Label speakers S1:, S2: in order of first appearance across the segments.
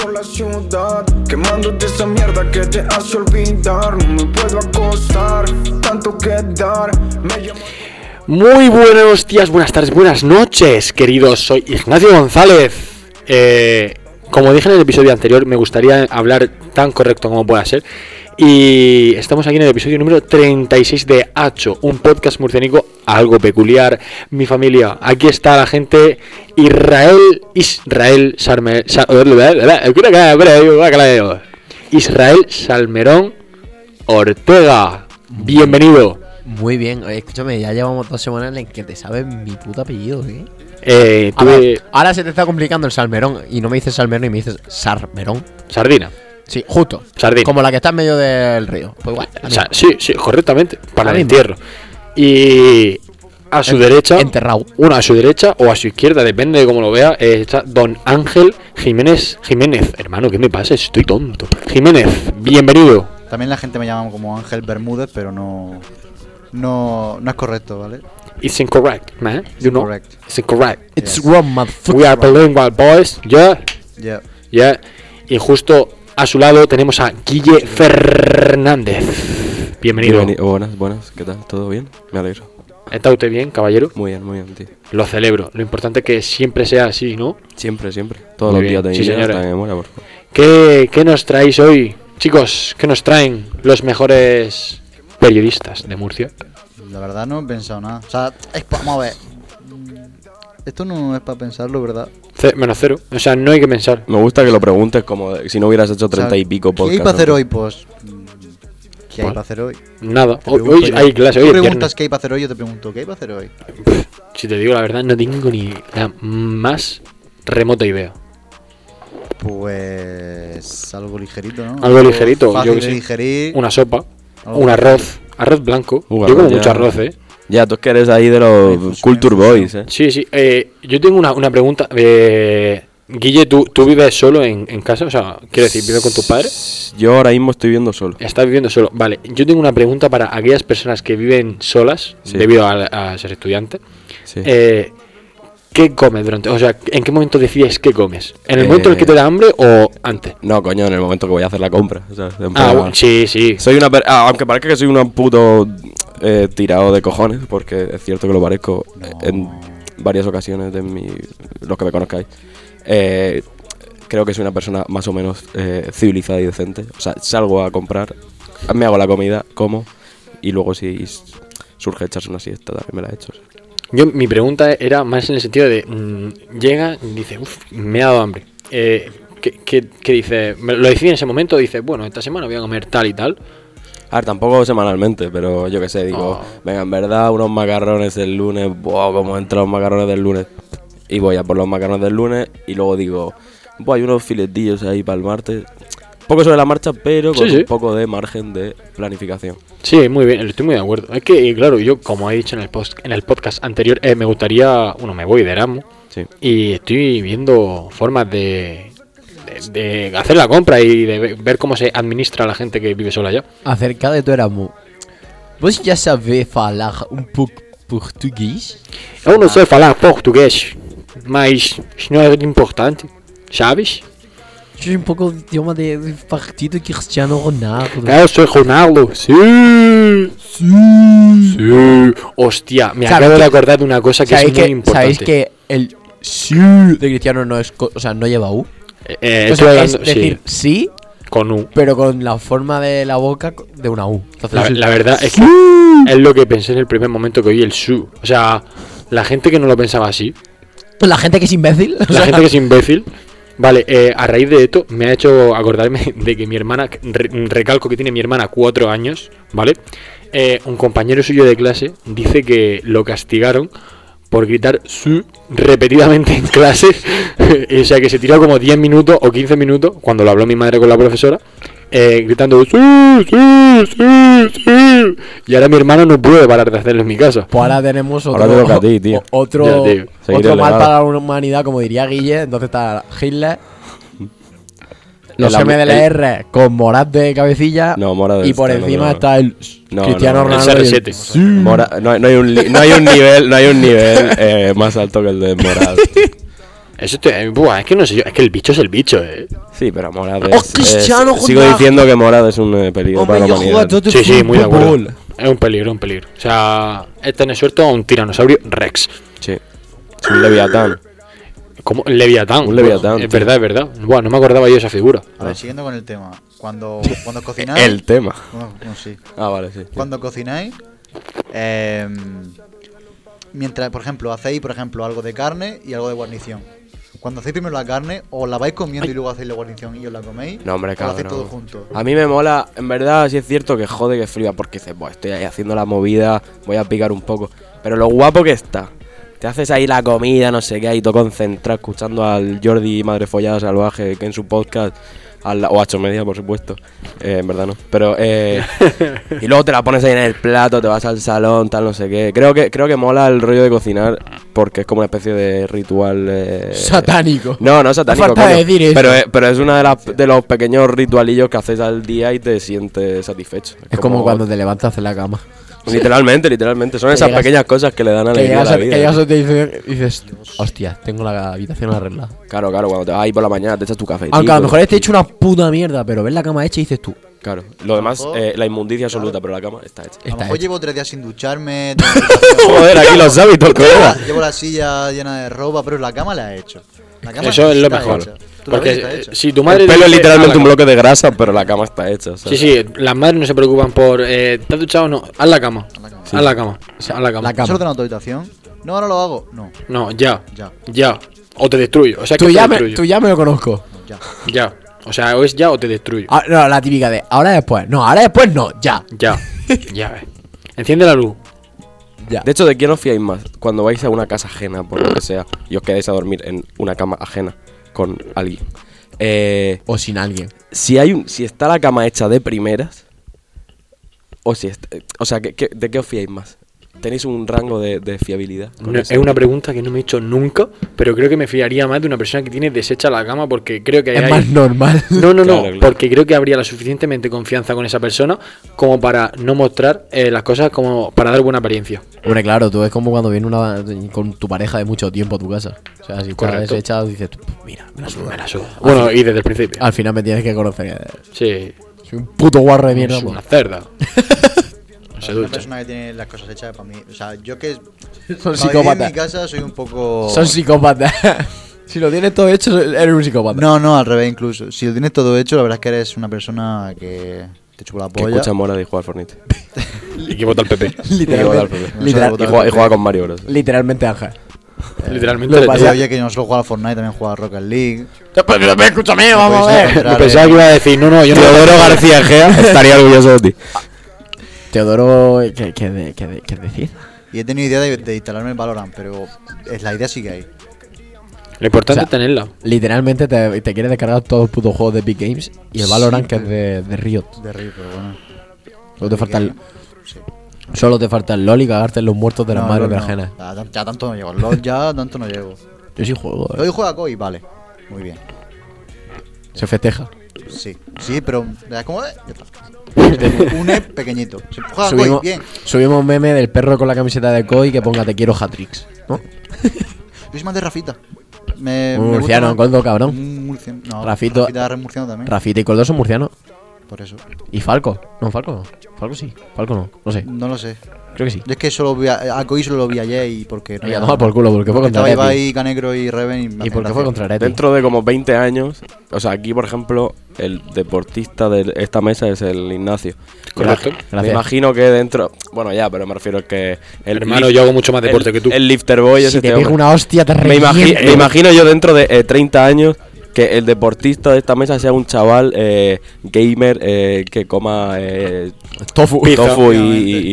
S1: por la ciudad Quemándote esa mierda que te hace olvidar No me puedo acostar, tanto que dar Me llamo...
S2: Muy buenos días, buenas tardes, buenas noches, queridos. Soy Ignacio González. Eh, como dije en el episodio anterior, me gustaría hablar tan correcto como pueda ser. Y estamos aquí en el episodio número 36 de Hacho, un podcast murcianico algo peculiar. Mi familia, aquí está la gente Israel, Israel, Sarme, Sa- eh, Israel Salmerón Ortega. Bienvenido.
S3: Muy bien, oye, escúchame, ya llevamos dos semanas en que te sabes mi puto apellido, ¿eh?
S2: Eh,
S3: A
S2: tuve-
S3: ver, ahora se te está complicando el salmerón y no me dices salmerón y me dices sarmerón.
S2: Sardina.
S3: Sí, justo.
S2: Sardina.
S3: Como la que está en medio del río. Pues igual. la
S2: O sea,
S3: misma.
S2: sí, sí, correctamente. Para
S3: La
S2: el
S3: misma.
S2: entierro. Y a su
S3: En-
S2: derecha,
S3: enterrado.
S2: una a su derecha o a su izquierda, depende de cómo lo vea, eh, está Don Ángel Jiménez. Jiménez, hermano, ¿qué me pasa? Estoy tonto. Jiménez, bienvenido.
S4: También la gente me llama como Ángel Bermúdez, pero no. No, no es correcto, ¿vale?
S2: It's incorrect, man. You know?
S4: incorrect.
S2: It's incorrect.
S3: It's
S4: yes.
S3: wrong, motherfucker.
S2: We are bilingual boys. Yeah.
S4: Ya.
S2: Yeah. Y justo a su lado tenemos a Guille Fernández. Bienvenido.
S5: Bienveni- oh, buenas, buenas, ¿qué tal? ¿Todo bien? Me alegro.
S2: ¿Está usted bien, caballero?
S5: Muy bien, muy bien, tío.
S2: Lo celebro. Lo importante es que siempre sea así, ¿no?
S5: Siempre, siempre. Todos
S2: Muy
S5: los
S2: bien,
S5: días de mi
S2: sí,
S5: vida
S2: señora.
S5: hasta que me muera, por favor.
S2: ¿Qué, qué nos traéis hoy? Chicos, ¿qué nos traen los mejores periodistas de Murcia?
S4: La verdad no he pensado nada. O sea, es pa- vamos a ver. Mm, Esto no es para pensarlo, ¿verdad?
S2: Ce- menos cero. O sea, no hay que pensar.
S5: Me gusta que lo preguntes como de- si no hubieras hecho
S4: O sea,
S5: treinta y pico
S4: ¿Qué hay
S5: podcasts.
S4: para hacer
S5: ¿no?
S4: hoy, pues? mm, ¿Qué hay
S2: Pues,
S4: para hacer hoy?
S2: Nada.
S4: Te
S2: Hoy,
S4: pregunto
S2: hoy
S4: yo.
S2: hay clase. Hoy
S4: Tú
S2: es
S4: preguntas
S2: viernes.
S4: qué hay para hacer hoy, yo te pregunto, ¿qué hay para hacer hoy?
S2: Si te digo la verdad, no tengo ni la más remota idea.
S4: Pues. Algo ligerito, ¿no?
S2: Algo ligerito,
S4: Fácil
S2: yo que
S4: de
S2: sí.
S4: digerir.
S2: Una sopa,
S4: Algo
S2: un
S4: que-
S2: arroz, arroz blanco.
S5: Uh,
S2: yo como
S5: ya.
S2: mucho arroz, ¿eh?
S5: Ya, tú es que eres ahí de
S4: pues,
S5: los Culture Boys, ¿eh?
S2: Sí, sí. eh, yo tengo una, una pregunta. eh, Guille, ¿tú, ¿tú vives solo en, en casa? O sea, quiero decir, ¿vives con tus padres? Eh,
S5: Yo ahora mismo estoy viendo solo.
S2: Estás viviendo solo. Vale, yo tengo una pregunta para aquellas personas que viven solas
S5: Sí.
S2: debido a, a ser estudiante.
S5: Sí.
S2: Eh, ¿Qué comes durante? O sea, ¿en qué momento decides qué comes? ¿En el momento en el que
S5: Eh,
S2: te da hambre o antes?
S5: No, coño, en el momento que voy a hacer la compra. ¿sabes? En
S2: Ah,
S5: plan,
S2: bueno, sí, sí.
S5: Soy una... per- ah, aunque parezca que soy un puto eh, tirado de cojones, porque es cierto que lo parezco eh, en varias ocasiones de mi... los que me conozcáis. Eh, creo que soy una persona más o menos eh, civilizada y decente. O sea, salgo a comprar, me hago la comida, como, y luego si s- surge echarse una siesta, también me la he hecho.
S2: Yo, mi pregunta era más en el sentido de, mm, llega y dice, uff, me ha dado hambre. Eh, ¿qué, qué- qué dice? Me- ¿Lo decide en ese momento? Dice, bueno, esta semana voy a comer tal y tal.
S5: A ver, tampoco semanalmente, pero yo qué sé, digo, venga, en verdad, unos macarrones el lunes, wow, cómo entran los macarrones del lunes. Y voy a por los macarrones del lunes y luego digo, buah, hay unos filetillos ahí para el martes. Un poco sobre la marcha, pero con
S2: Sí, sí.
S5: un poco de margen de planificación.
S2: Sí, muy bien, estoy muy de acuerdo. Es que, claro, yo, como he dicho en el, post, en el podcast anterior, eh, me gustaría, bueno, me voy de Erasmus
S5: Sí.
S2: y estoy viendo formas de, de, de hacer la compra y de ve- ver cómo se administra la gente que vive sola allá.
S3: Acerca de tu Erasmus. ¿Vos ya sabés hablar un poco portugués?
S2: Eu não sei falar portugués, mas isso não é importante, sabes?
S3: Yo un poco de idioma de, de partido que Cristiano Ronaldo.
S2: Eu sou Ronaldo, sí. Sí. Hostia, me
S3: Claro,
S2: acabo de
S3: que-
S2: acordar de una cosa que es
S3: ¿Sabéis
S2: muy
S3: que,
S2: importante.
S3: sabéis que el sí de Cristiano no es, co- o sea, no lleva U?
S2: Eh, eh,
S3: O
S2: estoy
S3: sea, es
S2: hablando- sí,
S3: decir, sí,
S2: con un...
S3: pero con la forma de la boca co- de una U. Entonces,
S2: La,
S3: sí.
S2: la verdad es que es lo que pensé en el primer momento que oí el su. O sea, la gente que no lo pensaba así,
S3: la gente que es imbécil. o
S2: la
S3: sea,
S2: gente que es imbécil. Vale, eh, a raíz de esto me ha hecho acordarme de que mi hermana, re- recalco que tiene mi hermana cuatro años, ¿vale? Eh, un compañero suyo de clase dice que lo castigaron por gritar su repetidamente en clase. o sea que se tiró como 10 minutos o 15 minutos, cuando lo habló mi madre con la profesora, eh, gritando su, su, su, su. Y ahora mi hermano no puede parar de hacerlo en mi casa.
S3: Pues ahora tenemos otro,
S5: Ahora te toca a ti, tío.
S3: o- otro,
S2: Ya, tío.
S5: Seguir
S3: otro mal
S5: elevado.
S3: para la humanidad, como diría Guille. Entonces está Hitler, los
S5: El am-
S3: M de la
S5: el-
S3: R con Morat de cabecilla.
S5: No, Mora de
S3: y por
S5: esta, no,
S3: encima
S5: no.
S3: está el
S5: No,
S3: Cristiano
S5: no, no.
S2: El
S3: Ronaldo. y el-
S2: CR7.
S5: Mora- no, no hay un li- no hay un nivel, no hay un nivel eh, más alto que el de Moral.
S2: Eso te- buah, es que no sé yo, es que el bicho es el bicho, eh.
S5: Sí, pero Morad
S3: Oh,
S5: es. es-
S3: Cristiano
S5: sigo
S3: Ronaldo.
S5: diciendo que Morad es un eh, peligro para la humanidad.
S2: Sí, sí, muy de acuerdo. Es un peligro, un peligro. O sea, este es tener suerte a un tiranosaurio Rex.
S5: Sí. Es un leviatán.
S2: Como Leviatán.
S5: Un Leviatán,
S2: Es
S5: tío.
S2: verdad, es verdad. Buah, no me acordaba yo de esa figura.
S4: A ver, siguiendo con el tema. Cuando, cuando cocináis.
S5: El tema.
S4: No, no, sí.
S5: Ah, vale, sí.
S4: Cuando cocináis. eh, mientras, por ejemplo, hacéis, por ejemplo, algo de carne y algo de guarnición. Cuando hacéis primero la carne, os la vais comiendo y luego hacéis la guarnición y os la coméis.
S5: No, hombre,
S4: o Lo hacéis todo
S5: cabrón. Ah,
S4: junto.
S5: A mí me mola, en verdad, sí es cierto que jode que fría porque dices, bueno, estoy ahí haciendo la movida, voy a picar un poco. Pero lo guapo que está. Te haces ahí la comida, no sé qué, ahí todo concentrado, escuchando al Jordi Madre Follada Salvaje, que en su podcast, al- o a ocho media, por supuesto. Eh, en verdad no. Pero, eh, y luego te la pones ahí en el plato, te vas al salón, tal, no sé qué. Creo que, creo que mola el rollo de cocinar porque es como una especie de ritual. eh,
S3: Satánico.
S5: no, no satánico,
S3: Falta
S5: coño.
S3: decir eso.
S5: Pero, es, pero es una de las de los pequeños ritualillos que haces al día y te sientes satisfecho.
S3: Es como cuando te levantas de la cama.
S5: Literalmente, literalmente. Son
S3: Que
S5: esas
S3: llegas-
S5: pequeñas cosas que le dan
S3: Que
S5: alegría a
S3: llegas
S5: la
S3: a, que
S5: vida. eh.
S3: llegas a te dicen, dices, hostia, tengo la habitación arreglada.
S5: Claro, claro, cuando te vas ahí por la mañana te echas tu café.
S3: Aunque a lo mejor esté hecho una puta mierda, pero ves la cama hecha y dices tú,
S5: Claro, lo demás,
S4: mejor-
S5: eh, la inmundicia absoluta, pero la cama está hecha.
S4: A lo
S3: está
S4: mejor
S3: hecha.
S4: llevo tres días sin ducharme. tengo-
S5: Joder, aquí los hábitos, colega.
S4: llevo la silla llena de ropa, pero la cama la he hecho. La cama
S2: Eso es lo
S4: está
S2: mejor.
S4: hecha. Tú la ves,
S2: Porque
S4: está
S2: eh,
S4: hecha.
S2: si tu madre.
S5: El pelo
S2: dice,
S5: es literalmente
S2: "Ah,
S5: un
S2: la
S5: bloque de grasa, pero la cama está hecha. o sea.
S2: Sí, sí, las madres no se preocupan por. Eh, ¿Te has duchado o no? Haz la cama. Haz la cama. O sea, haz la cama.
S3: La cama.
S4: ¿Has ordenado tu habitación? No, ahora lo hago. No,
S2: No, ya.
S4: Ya.
S2: Ya. O te destruyo. O sea, que
S3: tú
S2: te
S3: ya, me,
S2: destruyo.
S3: tú ya me lo conozco.
S4: ya.
S2: Ya. O sea, o es ya o te destruyo.
S3: Ah, no, la típica de, ahora después. No, ahora después no, ya.
S2: Ya. ya ves. Enciende la luz.
S3: Ya.
S5: De hecho, ¿de quién os fiáis más? Cuando vais a una casa ajena, por lo que sea, y os quedáis a dormir en una cama ajena con alguien. Eh,
S3: o sin alguien.
S5: si hay un, si está la cama hecha de primeras o si est- eh, o sea ¿qué- qué- de qué os fiáis más tenéis un rango de, de fiabilidad con
S2: No, es
S5: eso?
S2: una pregunta que no me he hecho nunca, pero creo que me fiaría más de una persona que tiene deshecha la cama porque creo que
S3: Es
S2: hay-
S3: más normal.
S2: No, no, no,
S5: Claro, claro.
S2: porque creo que habría la suficientemente confianza con esa persona como para no mostrar eh, las cosas como para dar buena apariencia.
S3: Hombre, claro, tú es como cuando viene una con tu pareja de mucho tiempo a tu casa. O sea, si está
S2: Correcto.
S3: deshecha, dices, tú, mira, me la suda.
S2: Me la suda. Bueno, y desde el principio.
S3: Al final me tienes que conocer.
S2: Sí.
S3: Soy un puto guarro de mierda. pues.
S2: Es una
S3: amor.
S2: cerda. No se
S4: Una
S2: ducha.
S4: persona que tiene las cosas hechas para mí. O sea, yo que.
S3: Son
S4: para vivir en mi
S3: psicópatas.
S4: casa soy un poco.
S3: Son psicópatas. si lo tienes todo hecho, eres un psicópata.
S4: No, no, al revés incluso. Si lo tienes todo hecho, la verdad es que eres una persona que te chupa la
S5: que
S4: polla.
S5: escucha mora de jugar Fortnite
S2: Y que vota al PP.
S5: Igual al
S3: Literalmente.
S5: PP.
S3: literal-
S5: y juega, y juega con Mario Bros
S3: literalmente Ángel.
S2: Literalmente.
S3: lo
S2: le-
S4: Oye,
S3: pasa-
S4: oye, que no solo juega a Fortnite, también juega a Rocket League.
S3: Escúchame,
S4: vamos a ver.
S2: Me pensaba que iba a decir, no, no, yo no.
S5: Teodoro García Gea estaría orgulloso de ti
S3: Teodoro, ¿qué, qué, de- qué, de- qué decir?
S4: Y he tenido idea de, de instalarme el Valorant, pero es la idea sigue ahí.
S2: Lo importante
S3: O sea,
S2: es tenerla.
S3: Literalmente te, te quieres descargar todos los putos juegos de Epic Games y el Valorant que es de, de Riot.
S4: De reír, pero bueno.
S3: Solo te, falta el,
S4: Sí.
S3: solo te falta el LOL y cagarte en los muertos de las
S4: No,
S3: madres
S4: LOL
S3: de
S4: no.
S3: ajenas.
S4: Ya, tan- ya tanto no llego. LOL ya tanto no llego.
S3: Yo sí juego, eh.
S4: Hoy juega Koi, vale. Muy bien.
S3: se festeja.
S4: Sí. Sí, pero. ¿verdad? ¿Cómo es? eh, Ya está. Un E pequeñito. Si Juega Koi,
S3: Subimos,
S4: Ah, bien.
S3: subimos un meme del perro con la camiseta de Koi que ponga te quiero Hatrix. ¿no?
S4: Ah. Yo soy más de Rafita.
S3: Un
S4: Me, me gusta
S3: murciano,
S4: más-
S3: Coldo, cabrón.
S4: Un murciano. No,
S3: Rafito-
S4: Rafita es murciano también.
S3: Rafita y Coldo son murcianos.
S4: por eso.
S3: Y Falco. No, Falco no. Falco sí. Falco no. No sé.
S4: No lo sé.
S3: Creo que sí.
S4: Yo es que solo vi a, a Koi solo lo vi ayer y porque.
S3: Y a
S4: había-
S3: tomar por culo porque fue contra
S4: Estaba
S3: Leti.
S4: Ibai, Canegro y Reven y me
S3: Y
S4: hacen
S3: porque fue
S4: gracia.
S3: contra Leti.
S5: dentro de como 20 años o sea aquí por ejemplo el deportista de esta mesa es el Ignacio
S2: Correcto.
S5: Me- me
S3: Gracias.
S5: imagino que dentro bueno ya pero me refiero a que el
S2: Hermano,
S5: lif-
S2: yo hago mucho más deporte
S5: el-
S2: que tú.
S5: el lifter boy es
S3: Si
S5: este
S3: te pega
S5: hombre.
S3: una hostia te
S5: Me, imagi-
S3: reviento.
S5: me imagino yo dentro de eh, 30 años que el deportista de esta mesa sea un chaval eh, gamer eh, que coma eh,
S3: Tofu.
S5: tofu y,
S4: obviamente.
S5: y- y-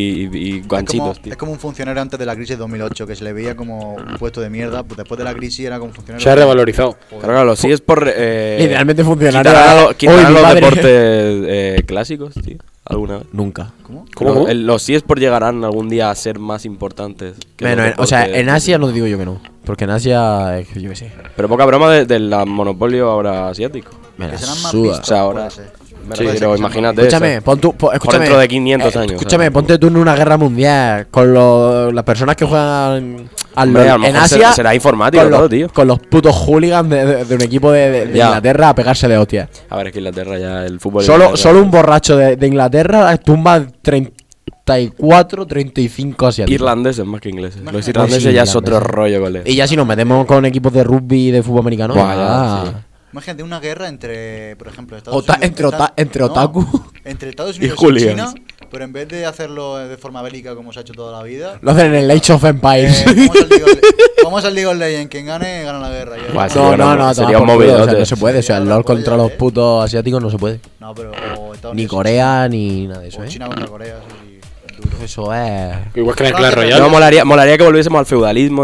S5: y
S4: Es como,
S5: guanchitos, tío.
S4: es como un funcionario antes de la crisis de 2008, que se le veía como un puesto de mierda. pues Después de la crisis era como un funcionario.
S2: Se ha revalorizado.
S5: Claro, claro, si es por... Eh,
S3: Literalmente funcionario.
S5: quitarán a lo-
S3: Hoy,
S5: quitarán
S3: mi
S5: los
S3: madre.
S5: deportes eh, clásicos, tío, alguna vez.
S3: Nunca.
S2: ¿Cómo,
S5: Lo-
S2: cómo?
S5: el- los si es por llegarán algún día a ser más importantes. que
S3: Bueno,
S5: los
S3: en- o sea,
S5: deportes.
S3: en Asia no te digo yo que no. Porque en Asia, eh, yo qué sé.
S5: Pero poca broma del de la monopolio ahora asiático.
S3: Me la
S4: Que serán más
S3: suda.
S5: O sea, ahora...
S4: Puede ser.
S5: Me
S4: Sí.
S5: refiero, imagínate...
S3: Escúchame,
S5: eso.
S3: pon tú, pon- escúchame. Eh,
S5: dentro de 500 años,
S3: Escúchame,
S5: ¿sabes?
S3: ponte tú en una guerra mundial con los- las personas que juegan al
S5: Hombre, a lo
S3: LoL. En
S5: mejor
S3: Asia.
S5: será- será informático
S3: con los,
S5: todo, tío.
S3: Con los putos hooligans de, de- de un equipo de, de- de
S5: Ya.
S3: Inglaterra a pegarse de hostia.
S5: A ver, es que Inglaterra ya el fútbol.
S3: Solo,
S5: Inglaterra-
S3: solo un borracho de, de Inglaterra tumba 34, 35 asiáticos.
S5: Irlandeses más que ingleses. Los
S3: que-
S5: irlandeses
S3: Pues sí,
S5: ya es otro
S3: irlandeses.
S5: rollo, colega.
S3: Y ya si nos metemos con equipos de rugby y de fútbol americano.
S5: Buah, ya,
S3: ah.
S5: sí.
S4: Imagínate una guerra entre, por ejemplo, Estados
S3: Ota-
S4: Unidos.
S3: entre ota- entre otaku.
S4: Entre Estados
S5: Y
S4: Unidos y,
S5: hooligans.
S4: China, pero en vez de hacerlo de forma bélica como se ha hecho toda la vida.
S3: Lo hacen en el Age of Empires.
S4: eh, vamos, al League of Le- vamos al League of Legends. Quien gane, gana la guerra. Y el-
S5: Buah, sí.
S3: no,
S5: Sería
S3: no,
S5: una-
S3: no,
S5: sería
S3: toma
S5: un
S3: por culo, o sea,
S5: movidote.
S3: no se puede. O sea, el LOL contra los putos asiáticos no se puede.
S4: eh. No, pero o Estados
S3: Ni
S4: Unidos-
S3: Corea ni nada de eso,
S4: o
S3: ¿eh?
S4: China contra Corea, eso sí.
S3: Eso es.
S2: Igual que en el Clash
S5: No,
S2: Royale.
S5: molaría, molaría que volviésemos al feudalismo,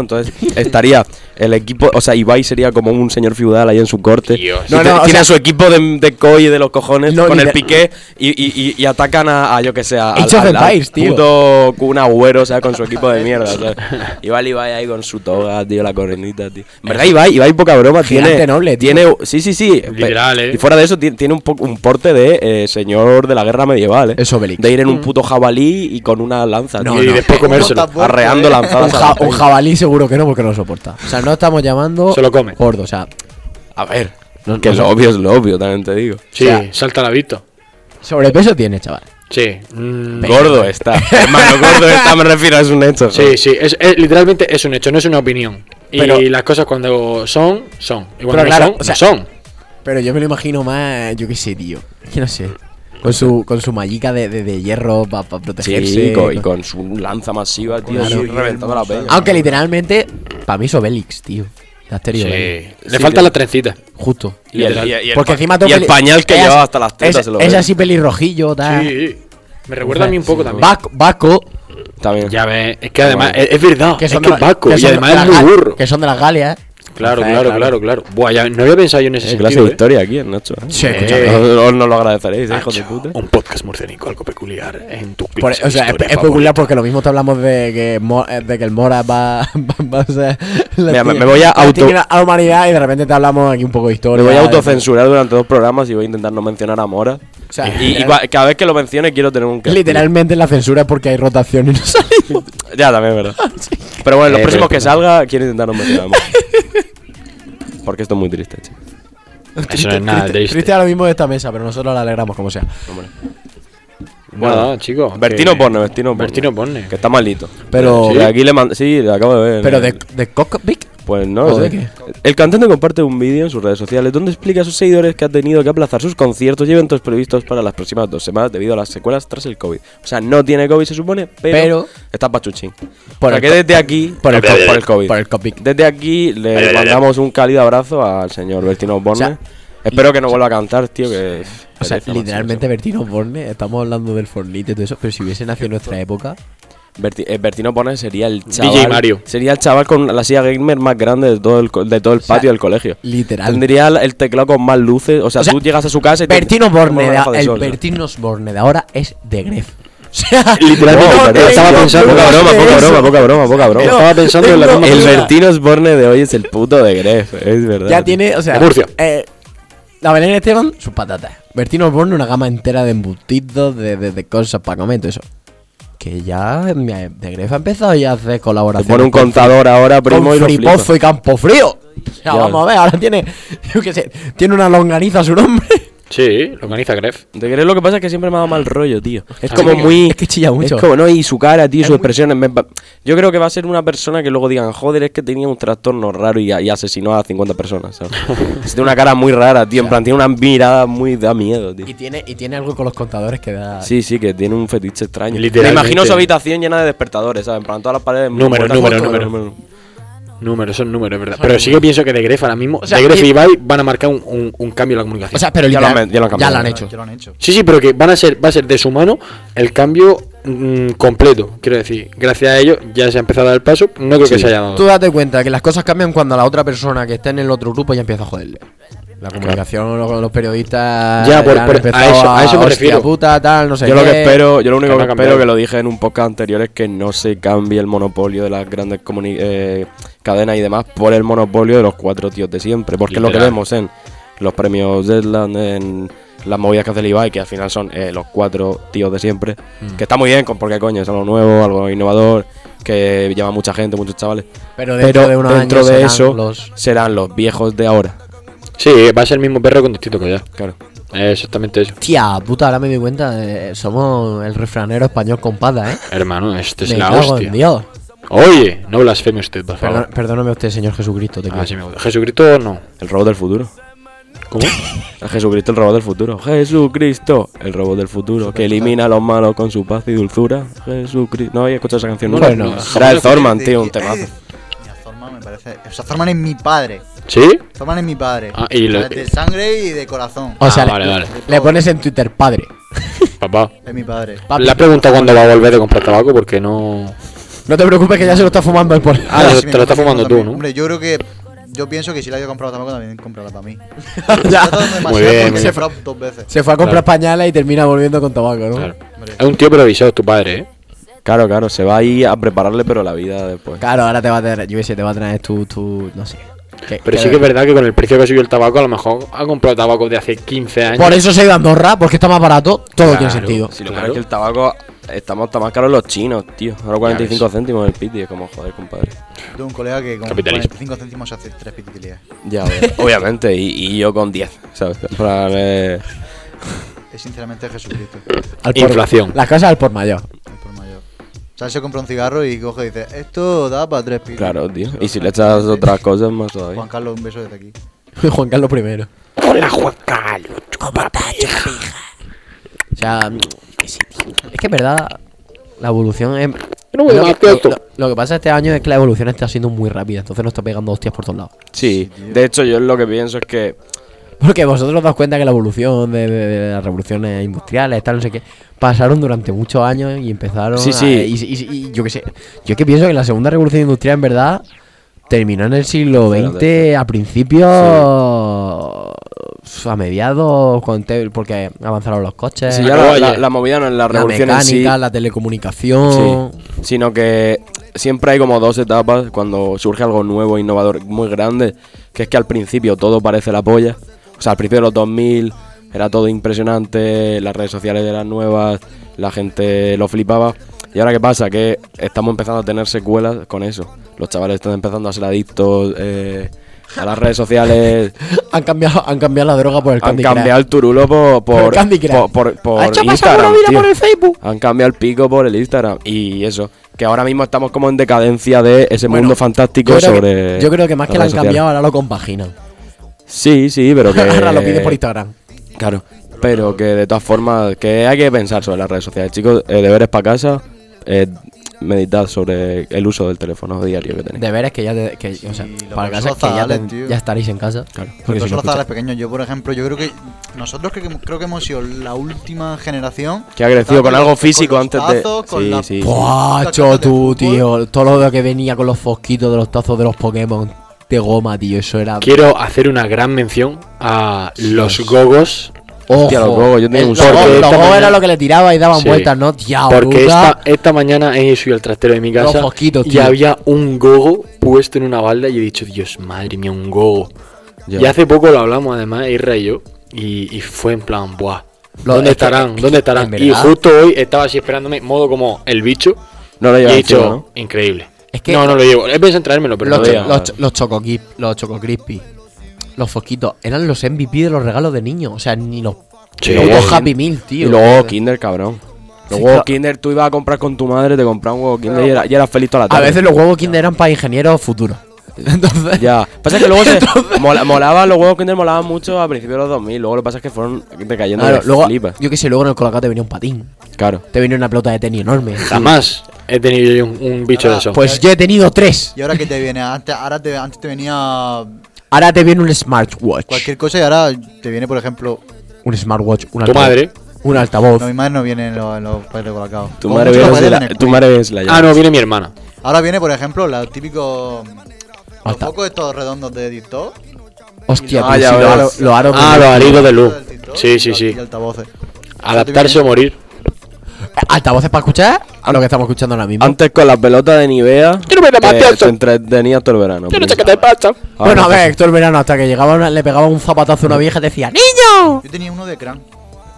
S5: entonces estaría el equipo, o sea, Ibai sería como un señor feudal ahí en su corte.
S2: Dios.
S5: Y
S3: No,
S5: te-
S3: no, o
S5: tiene
S3: sea-
S5: a su equipo de, de COI de los cojones
S3: No,
S5: con
S3: ni
S5: el
S3: de-
S5: piqué y, y- y- y atacan a, a, yo que sé, a- al,
S3: Age of
S5: al- al
S3: Empires, tío.
S5: puto Kun Agüero, o sea, con su equipo de mierda. o sea. Ibai, Ibai ahí con su toga, tío, la correnita, tío. En verdad, Ibai, Ibai, poca broma,
S3: Gigante
S5: tiene...
S3: noble, tío.
S5: tiene sí, sí, sí.
S2: Liberal, eh.
S5: Y fuera de eso, ti- tiene un, po- un porte de eh, señor de la guerra medieval, eh.
S3: Es Obelix. Mm.
S5: De ir en un puto jabalí y con una lanza,
S3: No,
S5: tío,
S2: y
S3: no.
S2: después comérselo.
S4: Monta-
S5: arreando
S3: Un,
S5: lanzadas a
S3: ja-
S5: la
S3: un jabalí seguro que no, porque no lo soporta. O sea, no estamos llamando.
S2: Se lo come.
S3: Gordo, o sea.
S5: A ver,
S3: No-
S5: que
S3: no
S5: lo
S3: sé.
S5: obvio es lo obvio, también te digo.
S2: Sí,
S3: O sea-
S2: salta la visto.
S3: Sobrepeso tiene, chaval.
S2: Sí. mm,
S5: Gordo está. Hermano, gordo está, me refiero, es un hecho.
S2: Sí, sí, es, es- literalmente es un hecho, no es una opinión. Y
S3: Pero-
S2: las cosas cuando son, son. Y
S3: Pero
S2: cuando no
S3: claro,
S2: son,
S3: o sea-
S2: no son.
S3: Pero yo me lo imagino más, yo qué sé, tío. Yo no sé. Con su, con su mallica de, de, de hierro para
S5: Sí,
S3: protegerse.
S5: y con, y con su lanza masiva, tío,
S4: Claro.
S5: así reventando la peña.
S3: Aunque literalmente, para mí es Obelix, tío. De Asterix
S2: Sí.
S3: Obelix.
S2: Le faltan las trencitas.
S3: Justo.
S5: Y el, y- y el
S3: Porque
S5: pa-
S3: encima todo
S5: y el
S3: peli-
S5: pañal que
S3: es-
S5: llevaba hasta las tetas
S3: es,
S5: se lo
S3: es
S5: ve.
S3: así pelirrojillo, tal.
S2: Sí. Me recuerda a mí un poco también.
S3: Ah. Vasco, Vasco,
S5: También.
S2: Ya ves, es que además,
S5: Bueno.
S2: es, es verdad,
S3: que
S2: es
S3: son
S2: que
S3: de
S2: es
S3: la-
S2: Paco,
S3: que
S2: y
S3: son de
S2: además
S3: las
S2: es muy
S3: Gal-
S2: burro.
S3: Que son de las Galias. eh.
S2: Claro,
S3: Entonces,
S2: claro, claro, claro. Buah, ya no había pensado yo en ese
S5: Es
S2: sentido.
S5: clase de
S2: ¿eh?
S5: historia aquí, en Nacho. ¿eh?
S3: Sí,
S5: Eh,
S3: escúchame.
S5: Os- os no lo agradeceréis, ¿eh, hijos de
S2: Nacho,
S5: puta.
S2: Un podcast murciénico, algo peculiar en tu
S3: Por-
S2: pinche
S3: o sea, es,
S2: historia
S3: es peculiar porque lo mismo te hablamos de que, Mo- eh, de que el Mora va, va- va a ser. la
S5: Mira, me-
S3: tía-
S5: me voy a
S3: la
S5: auto-
S3: tía que era a la humanidad y de repente te hablamos aquí un poco de
S5: Me
S3: historia.
S5: voy a
S3: de-
S5: autocensurar durante dos programas y voy a intentar no mencionar a Mora.
S3: O sea,
S5: Y, y
S3: literal-
S5: cua- cada vez que lo mencione quiero tener un...
S3: literalmente la censura es porque hay rotación y no salimos.
S5: Ya, también es verdad. Pero bueno, los
S2: Eh,
S5: próximos
S2: pero-
S5: que salga quiero intentar no mencionar a Mora. Porque esto es muy triste, chico.
S2: Eso no es nada
S3: triste,
S2: triste.
S3: triste ahora mismo de esta mesa, pero nosotros la alegramos como sea.
S2: Nada, chicos.
S5: Bertino
S2: que-
S5: Borne, Bertino Borne.
S2: Bertino Borne.
S5: Que está malito.
S3: Pero-
S5: Sí, aquí le man- sí, lo acabo de ver.
S3: Pero
S5: Eh,
S3: de, de Cockpit,
S5: Pues no
S3: ¿O
S5: lo
S3: de
S5: sé.
S3: qué?
S5: El cantante comparte un vídeo en sus redes sociales donde explica a sus seguidores que ha tenido que aplazar sus conciertos y eventos previstos para las próximas dos semanas debido a las secuelas tras el COVID. O sea, no tiene COVID, se supone, pero,
S3: Pero-
S5: está pachuchín.
S3: Por
S5: Por
S3: el
S5: que
S3: co-
S5: desde aquí.
S3: por el co-
S5: por el COVID.
S3: por el COVID.
S5: Desde aquí le mandamos un cálido abrazo al señor Bertino Borne.
S3: O sea,
S5: Espero que no vuelva a cantar, tío, que.
S3: O sea,
S5: pereza, macho,
S3: literalmente Bertino Borne, estamos hablando del Fornite y todo eso, pero si hubiese nacido en nuestra época,
S5: Berti- eh, Bertino Borne sería el
S2: DJ
S5: chaval.
S2: Mario.
S5: Sería el chaval con la silla gamer más grande de todo el, co- de todo el patio del colegio.
S3: literal.
S5: Tendría el- el teclado con más luces. O sea,
S3: O sea,
S5: tú llegas a su casa y. te-
S3: Bertino
S5: te ponen
S3: Borne,
S5: una
S3: de-
S5: gafa de
S3: el
S5: sol, ¿no?
S3: Bertino Borne de ahora es de Gref. O sea,
S2: Literalmente,
S5: No,
S2: pero
S5: no,
S2: estaba
S5: no,
S2: pensando-
S5: Poca broma, poca broma, poca broma, poca broma.
S2: Estaba pensando en la
S3: no,
S2: misma
S5: El
S2: cosa.
S5: Bertino Borne de hoy es el puto de Gref, es verdad.
S3: ya tiene, o sea,
S2: De Murcia.
S3: eh, la Belén Esteban, sus patatas. Bertino Borne, una gama entera de embutidos, de, de- de cosas para comer, todo eso. Que ya eh, de Gref ha empezado ya a hacer
S5: Te
S3: colaboraciones.
S5: pone un
S3: con-
S5: contador ahora, primo,
S3: con
S5: y lo flipa.
S3: Fripozo y Campo Frío. O sea,
S5: Ya.
S3: vamos a ver, ahora tiene, yo qué sé, tiene una longaniza a su nombre.
S2: Sí, lo organiza Gref.
S5: De Gref lo que pasa es que siempre me ha dado mal rollo, tío. Es
S3: Ah,
S5: como
S3: es que-
S5: muy.
S3: es que chilla mucho.
S5: Es como, no, y su cara, tío, sus expresiones. me va- Yo creo que va a ser una persona que luego digan, joder, es que tenía un trastorno raro y, y asesinó a 50 personas, ¿sabes? tiene una cara muy rara, tío. En plan, tiene una mirada muy. da miedo, tío.
S3: Y tiene, y tiene algo con los contadores que da.
S5: Sí, sí, que tiene un fetiche extraño. Me
S2: Literalmente.
S5: imagino su habitación llena de despertadores, ¿sabes? En plan, todas las paredes.
S2: Número,
S5: puertas,
S2: número,
S5: todo,
S2: número. Números, son números, es verdad. Pero sí que pienso que de Gref ahora mismo,
S3: sea,
S2: de Gref
S3: y-
S2: y Ibai van a marcar un, un- un cambio en la comunicación.
S3: O sea, pero
S5: Ya lo han-
S3: literal-
S5: ya lo han cambiado.
S3: han hecho.
S4: Ya lo han hecho.
S2: Sí, sí, pero que van a ser, va a ser de su mano el cambio mm, completo. Quiero decir, gracias a ellos ya se ha empezado a dar el paso. No creo que
S5: Sí.
S2: se haya dado.
S3: Tú date cuenta que las cosas cambian cuando la otra persona que está en el otro grupo ya empieza a joderle. La comunicación con los periodistas.
S2: Ya, por-
S3: han
S2: por- a
S3: empezado
S2: eso- a eso me
S3: "Hostia
S2: refiero".
S3: puta, tal, no sé
S5: Yo lo
S3: qué.
S5: que espero, yo lo único
S2: Que no
S5: que,
S2: ha cambiado.
S5: espero que lo dije en un podcast anterior es que no se cambie el monopolio de las grandes comuni- eh, cadenas y demás por el monopolio de los cuatro tíos de siempre. Porque es lo que
S2: Literal.
S5: vemos en los premios Deadland, en las movidas que hace el Ibai, que al
S3: Mm.
S5: final son eh, los cuatro tíos de siempre. Que está muy bien, con- porque coño, es algo nuevo, algo innovador, que lleva mucha gente, muchos chavales.
S3: Pero dentro
S5: Pero
S3: de unos
S5: dentro
S3: años
S5: de
S3: serán
S5: eso
S3: los-
S5: serán los viejos de ahora.
S2: Sí, va a ser el mismo perro con distinto collar.
S5: Claro.
S2: Eh, Exactamente eso.
S3: Tía, puta, ahora me doy cuenta. eh, somos el refranero español con pata, ¿eh?
S2: Hermano, esto es
S3: Me
S2: la
S3: cago en
S2: hostia.
S3: Dios.
S2: Oye, no blasfeme usted, por favor.
S3: Perdón- perdóname usted, señor Jesucristo. Te
S2: Ah,
S3: quiero.
S2: sí me gusta. Jesucristo no.
S5: El robot del futuro.
S2: ¿Cómo?
S5: El Jesucristo, el robot del futuro. Jesucristo, el robot del futuro, que elimina a los malos con su paz y dulzura. Jesucristo. No había escuchado esa canción nunca.
S3: Bueno,
S5: era el Zorman,
S4: de-
S5: tío, un
S4: eh,
S5: temazo.
S4: Mira, Zorman me parece. O sea, Zorman es mi padre.
S2: ¿Sí?
S4: Zorman es mi padre.
S2: Ah, y lo-
S4: O sea, De sangre y de corazón.
S3: O sea,
S2: Ah,
S3: le-
S2: vale, vale.
S3: le pones en Twitter, padre.
S2: Papá.
S4: Es mi padre.
S3: Papi.
S2: Le has preguntado cuándo va a volver de comprar tabaco porque no.
S3: No te preocupes que ya se lo está fumando el poli.
S2: Ah,
S4: Pero
S2: lo-
S4: si me
S2: te lo estás
S4: imagino
S2: fumando tú,
S4: también.
S2: ¿no?
S4: Hombre, yo creo que. Yo pienso que si la había comprado tampoco también comprarla para mí.
S3: Ya.
S2: Muy bien, muy bien.
S4: Se comprado dos veces.
S3: Se fue a comprar pañales y termina volviendo con tabaco, ¿no?
S2: Claro.
S3: Claro,
S2: Es un tío previsado, tu padre, ¿eh?
S5: Claro, claro, se va ahí a prepararle, pero la vida después.
S3: ahora te va a traer, yo qué sé, te va a traer tu, tu, no sé. Que-
S2: Pero sí que es verdad que con el precio que subió el tabaco, a lo mejor ha comprado tabaco de hace 15 años.
S3: Por eso se ha ido a Andorra, porque está más barato, todo
S2: Claro.
S3: tiene sentido.
S5: Si lo
S2: Claro.
S5: claro. que el tabaco estamos está más caro los chinos, tío. Ahora 45 céntimos el piti, es como joder, compadre.
S4: Tengo un colega que con
S2: Capitalismo.
S4: 45 céntimos hace tres pititilías.
S5: Ya, obvia- obviamente, y, y yo con 10, ¿sabes? En plan, eh,
S4: Es sinceramente Jesucristo.
S3: Al
S2: Inflación.
S3: Las cosas al por mayor.
S4: el por mayor. O sea, él se compra un cigarro y coge y dice: Esto da para tres pititilías.
S5: claro, tío. Y si le echas otras cosas más
S4: Juan
S5: todavía.
S4: Carlos, un beso desde aquí.
S3: Juan Carlos I.
S2: Hola, Juan Carlos.
S3: O sea, que sí, tío. es que en verdad la evolución es...
S2: no voy a
S3: lo,
S2: dar
S3: que,
S2: plato.
S3: lo- lo que pasa este año es que la evolución está siendo muy rápida, entonces nos está pegando hostias por todos lados.
S5: Sí, de hecho, yo lo que pienso es que
S3: Porque vosotros os dais cuenta que la evolución de, de- de las revoluciones industriales, tal, no sé qué, pasaron durante muchos años y empezaron.
S5: Sí,
S3: a-
S5: sí.
S3: y, y- y yo qué sé. Yo es que pienso que la segunda revolución industrial, en verdad, terminó en el siglo
S5: Pero
S3: XX, a principios. a mediados, con te- porque avanzaron los coches.
S5: si ya
S3: la,
S5: la,
S2: oye.
S5: la- la movida no es la revolución en
S3: mecánica,
S5: sí,
S3: la telecomunicación.
S5: sí, sino que siempre hay como dos etapas cuando surge algo nuevo, innovador, muy grande, que es que al principio todo parece la polla. O sea, al principio de los 2000 era todo impresionante, las redes sociales eran nuevas, la gente lo flipaba. ¿Y ahora qué pasa? Que estamos empezando a tener secuelas con eso. Los chavales están empezando a ser adictos eh, a las redes sociales,
S3: Han, cambiado, han cambiado la droga por el
S5: han
S3: Candy Crush.
S5: cambiado el turulo por, por,
S3: Por Candy Crush.
S5: por, por- por
S3: Ha hecho pasar
S5: Instagram.
S3: una vida
S5: tío.
S3: por el Facebook.
S5: Han cambiado el pico por el Instagram. Y eso, que ahora mismo estamos como en decadencia de ese
S3: Bueno,
S5: mundo fantástico
S3: Yo creo, que,
S5: sobre.
S3: yo creo que más
S5: las
S3: que la han
S5: redes sociales.
S3: cambiado, ahora lo compaginan.
S5: Sí, sí, pero que.
S3: Ahora lo piden por Instagram.
S5: Claro. Pero que de todas formas, que hay que pensar sobre las redes sociales. Chicos, eh, deberes para casa, eh, meditad sobre el uso del teléfono diario que tenéis.
S3: Deberes que ya, te- que, o sea,
S4: Sí, los
S3: para casa
S4: bolsos
S3: que ya,
S4: zagales,
S3: ten-
S4: tío.
S3: ya estaréis en casa.
S5: Claro.
S3: Porque
S4: Pero
S3: si no
S4: son los
S3: escucha-
S4: zagales pequeños. Yo, por ejemplo, yo creo que nosotros creo que, creo que hemos sido la última generación
S5: Que ha crecido con
S4: los-
S5: algo físico
S4: los
S5: antes de-
S4: tazos, con
S5: Sí,
S4: las-
S5: sí.
S3: Buah,
S4: las
S3: cho,
S4: cajas de
S3: tú,
S4: fútbol.
S3: tío. Todo lo que venía con los fosquitos de los tazos de los Pokémon de goma, tío. Eso era.
S2: Quiero hacer una gran mención a los gogos.
S3: Ojo.
S5: Hostia, los gogos, yo tenía
S3: El-
S5: un
S3: los
S5: sobre
S3: gogos-
S2: esta
S3: los gogos
S2: mañana.
S3: era lo que le tiraba y daban
S2: Sí.
S3: vueltas, ¿no? Ya,
S2: Porque
S3: bruta.
S2: esta, esta mañana he ido al trastero de mi
S3: Los
S2: casa
S3: mosquitos,
S2: y
S3: tío.
S2: había un gogo puesto en una balda y he dicho, Dios, madre mía, un gogo.
S5: Ya.
S2: Y hace poco lo hablamos además, Irra y yo, y, y fue en plan, buah.
S3: Lo-
S2: ¿Dónde
S3: es que-
S2: estarán? ¿Dónde estarán?
S3: en
S2: Y
S3: verdad.
S2: justo hoy estaba así esperándome, modo como el bicho,
S5: No lo
S2: y
S5: llevas
S2: he
S5: encima,
S2: dicho,
S5: ¿no?
S2: increíble.
S3: Es que-
S2: no, no lo llevo. He pensado en traérmelo, pero
S3: los,
S2: no
S5: lo
S3: cho-
S2: lo
S5: veía.
S2: llevo.
S3: los cho- los Choco Kip- los Choco Crispy, los fosquitos, eran los MVP de los regalos de niños. O sea, ni los.
S2: Sí.
S3: ni los
S5: Luego-
S3: Happy Meal, tío.
S5: y luego Kinder, cabrón. Los
S3: Sí,
S5: huevos
S3: claro.
S5: Kinder, tú ibas a comprar con tu madre, te compraba un huevo Kinder y, era- y eras feliz toda la
S3: A
S5: tarde.
S3: veces los huevos Kinder eran para ingenieros futuros. Entonces.
S5: Ya. Pasa que luego se
S3: Entonces-
S5: mola- molaba, los huevos Kinder molaban mucho a principios de los 2000. Luego lo que pasa es que fueron decayendo
S3: Claro,
S5: de
S3: luego,
S5: flipas.
S3: yo qué sé, luego en el colacao te venía un patín.
S5: Claro.
S3: Te venía una pelota de tenis enorme.
S2: Jamás he tenido yo un, un bicho de
S4: Ahora,
S2: eso.
S3: Pues yo he tenido tres.
S4: Y ahora que te viene, antes, ahora te, antes te venía
S3: Ahora te viene un smartwatch.
S4: cualquier cosa y ahora te viene, por ejemplo,
S3: Un smartwatch, un
S2: tu
S3: altavoz.
S2: madre.
S3: Un altavoz.
S4: no, mi madre no viene en los, en los paquetes de colacao.
S5: Tu
S4: Como
S5: madre,
S4: mucho
S5: ves
S4: los
S5: la,
S4: paquetes de
S5: tu madre es la llave.
S2: Ah, no, viene mi hermana.
S4: Nestlé. Ahora viene, por ejemplo, los típicos. Los
S3: Alta.
S4: focos estos redondos de TikTok.
S3: Hostia,
S5: Ah,
S3: tío,
S5: ya
S3: sí,
S5: ves.
S3: lo aro- lo aro
S2: Ah,
S3: que-
S2: los aritos de luz.
S4: del TikTok
S2: Sí, sí,
S4: y-
S2: sí.
S4: Y altavoces.
S2: Adaptarse o morir.
S3: Altavoces para escuchar a lo que estamos escuchando ahora mismo.
S5: Antes con las pelotas de Nivea,
S2: Yo no me llamo
S5: te-
S2: Tiesto.
S5: te entretenías todo el verano.
S2: Yo no sé
S5: primo.
S2: qué te pasa.
S5: Ahora
S3: bueno, a
S5: no
S3: ver, todo el verano, hasta que llegaba una- le pegaba un zapatazo a una vieja y te decía, ¡Niño!
S4: Yo tenía uno de Cran,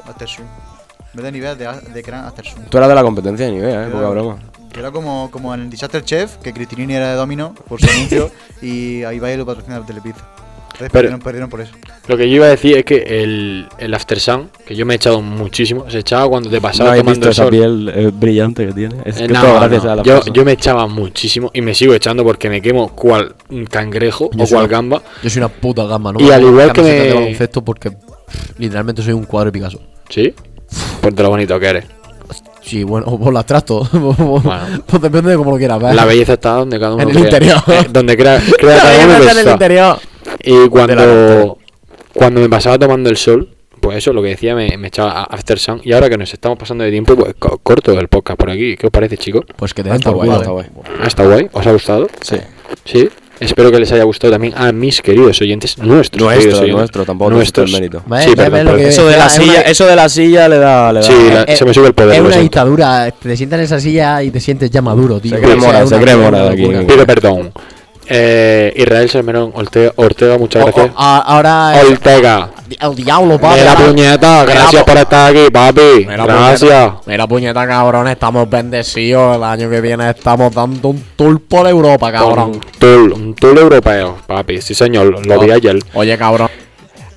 S4: After Sun. En vez de nivel de, de Cran, After Sun.
S5: pasa. Tú eras de la competencia de Nivea, eh, poca broma.
S4: Que era como, como en Disaster Chef, que Cristinini era de Domino por su anuncio y ahí va y lo patrocina Telepizza. Entonces perdieron, perdieron por eso.
S2: Lo que yo iba a decir es que el, el After Sun, que yo me he echado muchísimo, se echaba cuando te
S5: no
S2: pasaba
S5: habéis
S2: tomando
S5: visto
S2: el
S5: esa
S2: sol.
S5: piel eh, brillante que tiene. Es
S2: Eh,
S5: que
S2: no,
S5: todo
S2: no.
S5: gracias a la
S2: yo,
S5: persona.
S2: yo me echaba muchísimo y me sigo echando porque me quemo cual cangrejo
S3: Yo
S2: o
S3: soy
S2: cual
S3: una-
S2: gamba.
S3: Yo soy una puta gamba, ¿no?
S2: Y al igual que
S3: Camiseta de
S2: me-
S3: baloncesto porque pff, literalmente soy un cuadro de Picasso.
S2: ¿Sí? Por de lo bonito que eres.
S3: Sí, bueno, o por las trato.
S2: Bueno.
S3: Pues depende de cómo lo quieras ver.
S2: La belleza está donde cada uno
S3: En el
S2: crea.
S3: interior.
S2: Eh, donde crea, crea
S3: La
S2: cada
S3: belleza
S2: uno que
S3: está en el
S2: está.
S3: interior.
S2: Y
S3: ventana.
S2: cuando, cuando me pasaba tomando el sol, pues eso, lo que decía, me, me echaba a- After Sun. Y ahora que nos estamos pasando de tiempo, pues co- corto el podcast por aquí. ¿Qué os parece, chicos?
S3: Pues que te den
S5: Está
S3: por
S5: guay,
S3: culo.
S5: está guay.
S2: ¿Ha estado guay? ¿Os ha gustado?
S5: Sí.
S2: Sí. Espero que les haya gustado también a mis queridos oyentes, nuestros
S5: Nuestro,
S2: queridos oyentes.
S5: nuestro, tampoco
S2: nuestros.
S5: es el mérito.
S3: Vale,
S2: Sí,
S3: ve-
S2: perdón,
S3: ve lo
S2: perdón.
S3: que-
S5: Eso de la
S3: es una-
S5: silla, eso de la silla le da, le da.
S2: Sí, la-
S3: Eh,
S2: se me sube el poder.
S3: Es
S2: lo
S3: una
S2: siento.
S3: dictadura. Te sientas en esa silla y te sientes ya maduro, tío.
S5: Se cree
S3: O sea,
S5: mora,
S3: es
S5: se
S3: una-
S5: cree
S3: una
S5: mora de aquí.
S3: locura.
S2: Pido perdón. Eh, Israel Salmerón Ortega, Ortega muchas
S3: O- o-
S2: gracias.
S3: a- ahora el,
S2: Ortega.
S3: el diablo, papi.
S2: Me la puñeta, gracias por estar aquí, papi.
S3: Mira,
S2: Gracias.
S3: puñeta- Mira, puñeta, cabrón, estamos bendecidos. El año que viene estamos dando un tour por Europa,
S2: Un
S3: cabrón.
S2: tool, un tool europeo, papi. Sí, señor, lo vi ayer.
S3: Oye, cabrón.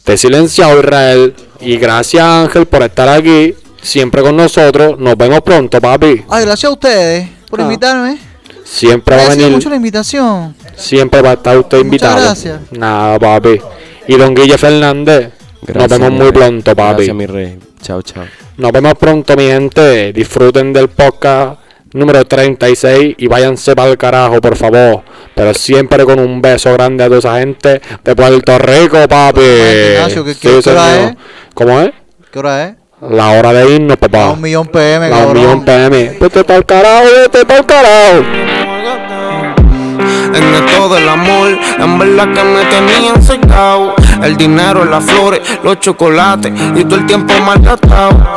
S2: Te he silenciado, Israel. Y gracias, Ángel, por estar aquí. Siempre con nosotros. Nos vemos pronto, papi.
S4: Ay, gracias a ustedes por invitarme.
S2: Siempre va a
S4: Gracias
S2: venir.
S4: mucho la invitación.
S2: Siempre va a estar usted
S4: Muchas
S2: invitado.
S4: gracias.
S2: Nada, papi. Y don Guille Fernández. nos
S5: Gracias,
S2: vemos
S5: mi
S2: muy
S5: rey.
S2: pronto, papi.
S5: Gracias, mi rey. Chao, chao.
S2: Nos vemos pronto, mi gente. Disfruten del podcast número 36 y váyanse para el carajo, por favor. Pero siempre con un beso grande a toda esa gente de Puerto Rico, papi.
S4: Ignacio, ¿qué- qué hora
S2: señor.
S4: es?
S2: ¿Cómo es?
S4: ¿Qué hora es? ¿eh?
S2: La hora de irnos, papá.
S4: A un millón PM,
S2: La Ah. un
S4: cabrón.
S2: millón PM. Vete para el carajo, vete para el carajo.
S6: En esto del amor, en verdad que me tenían secado. El dinero, las flores, los chocolates y todo el tiempo maltratado.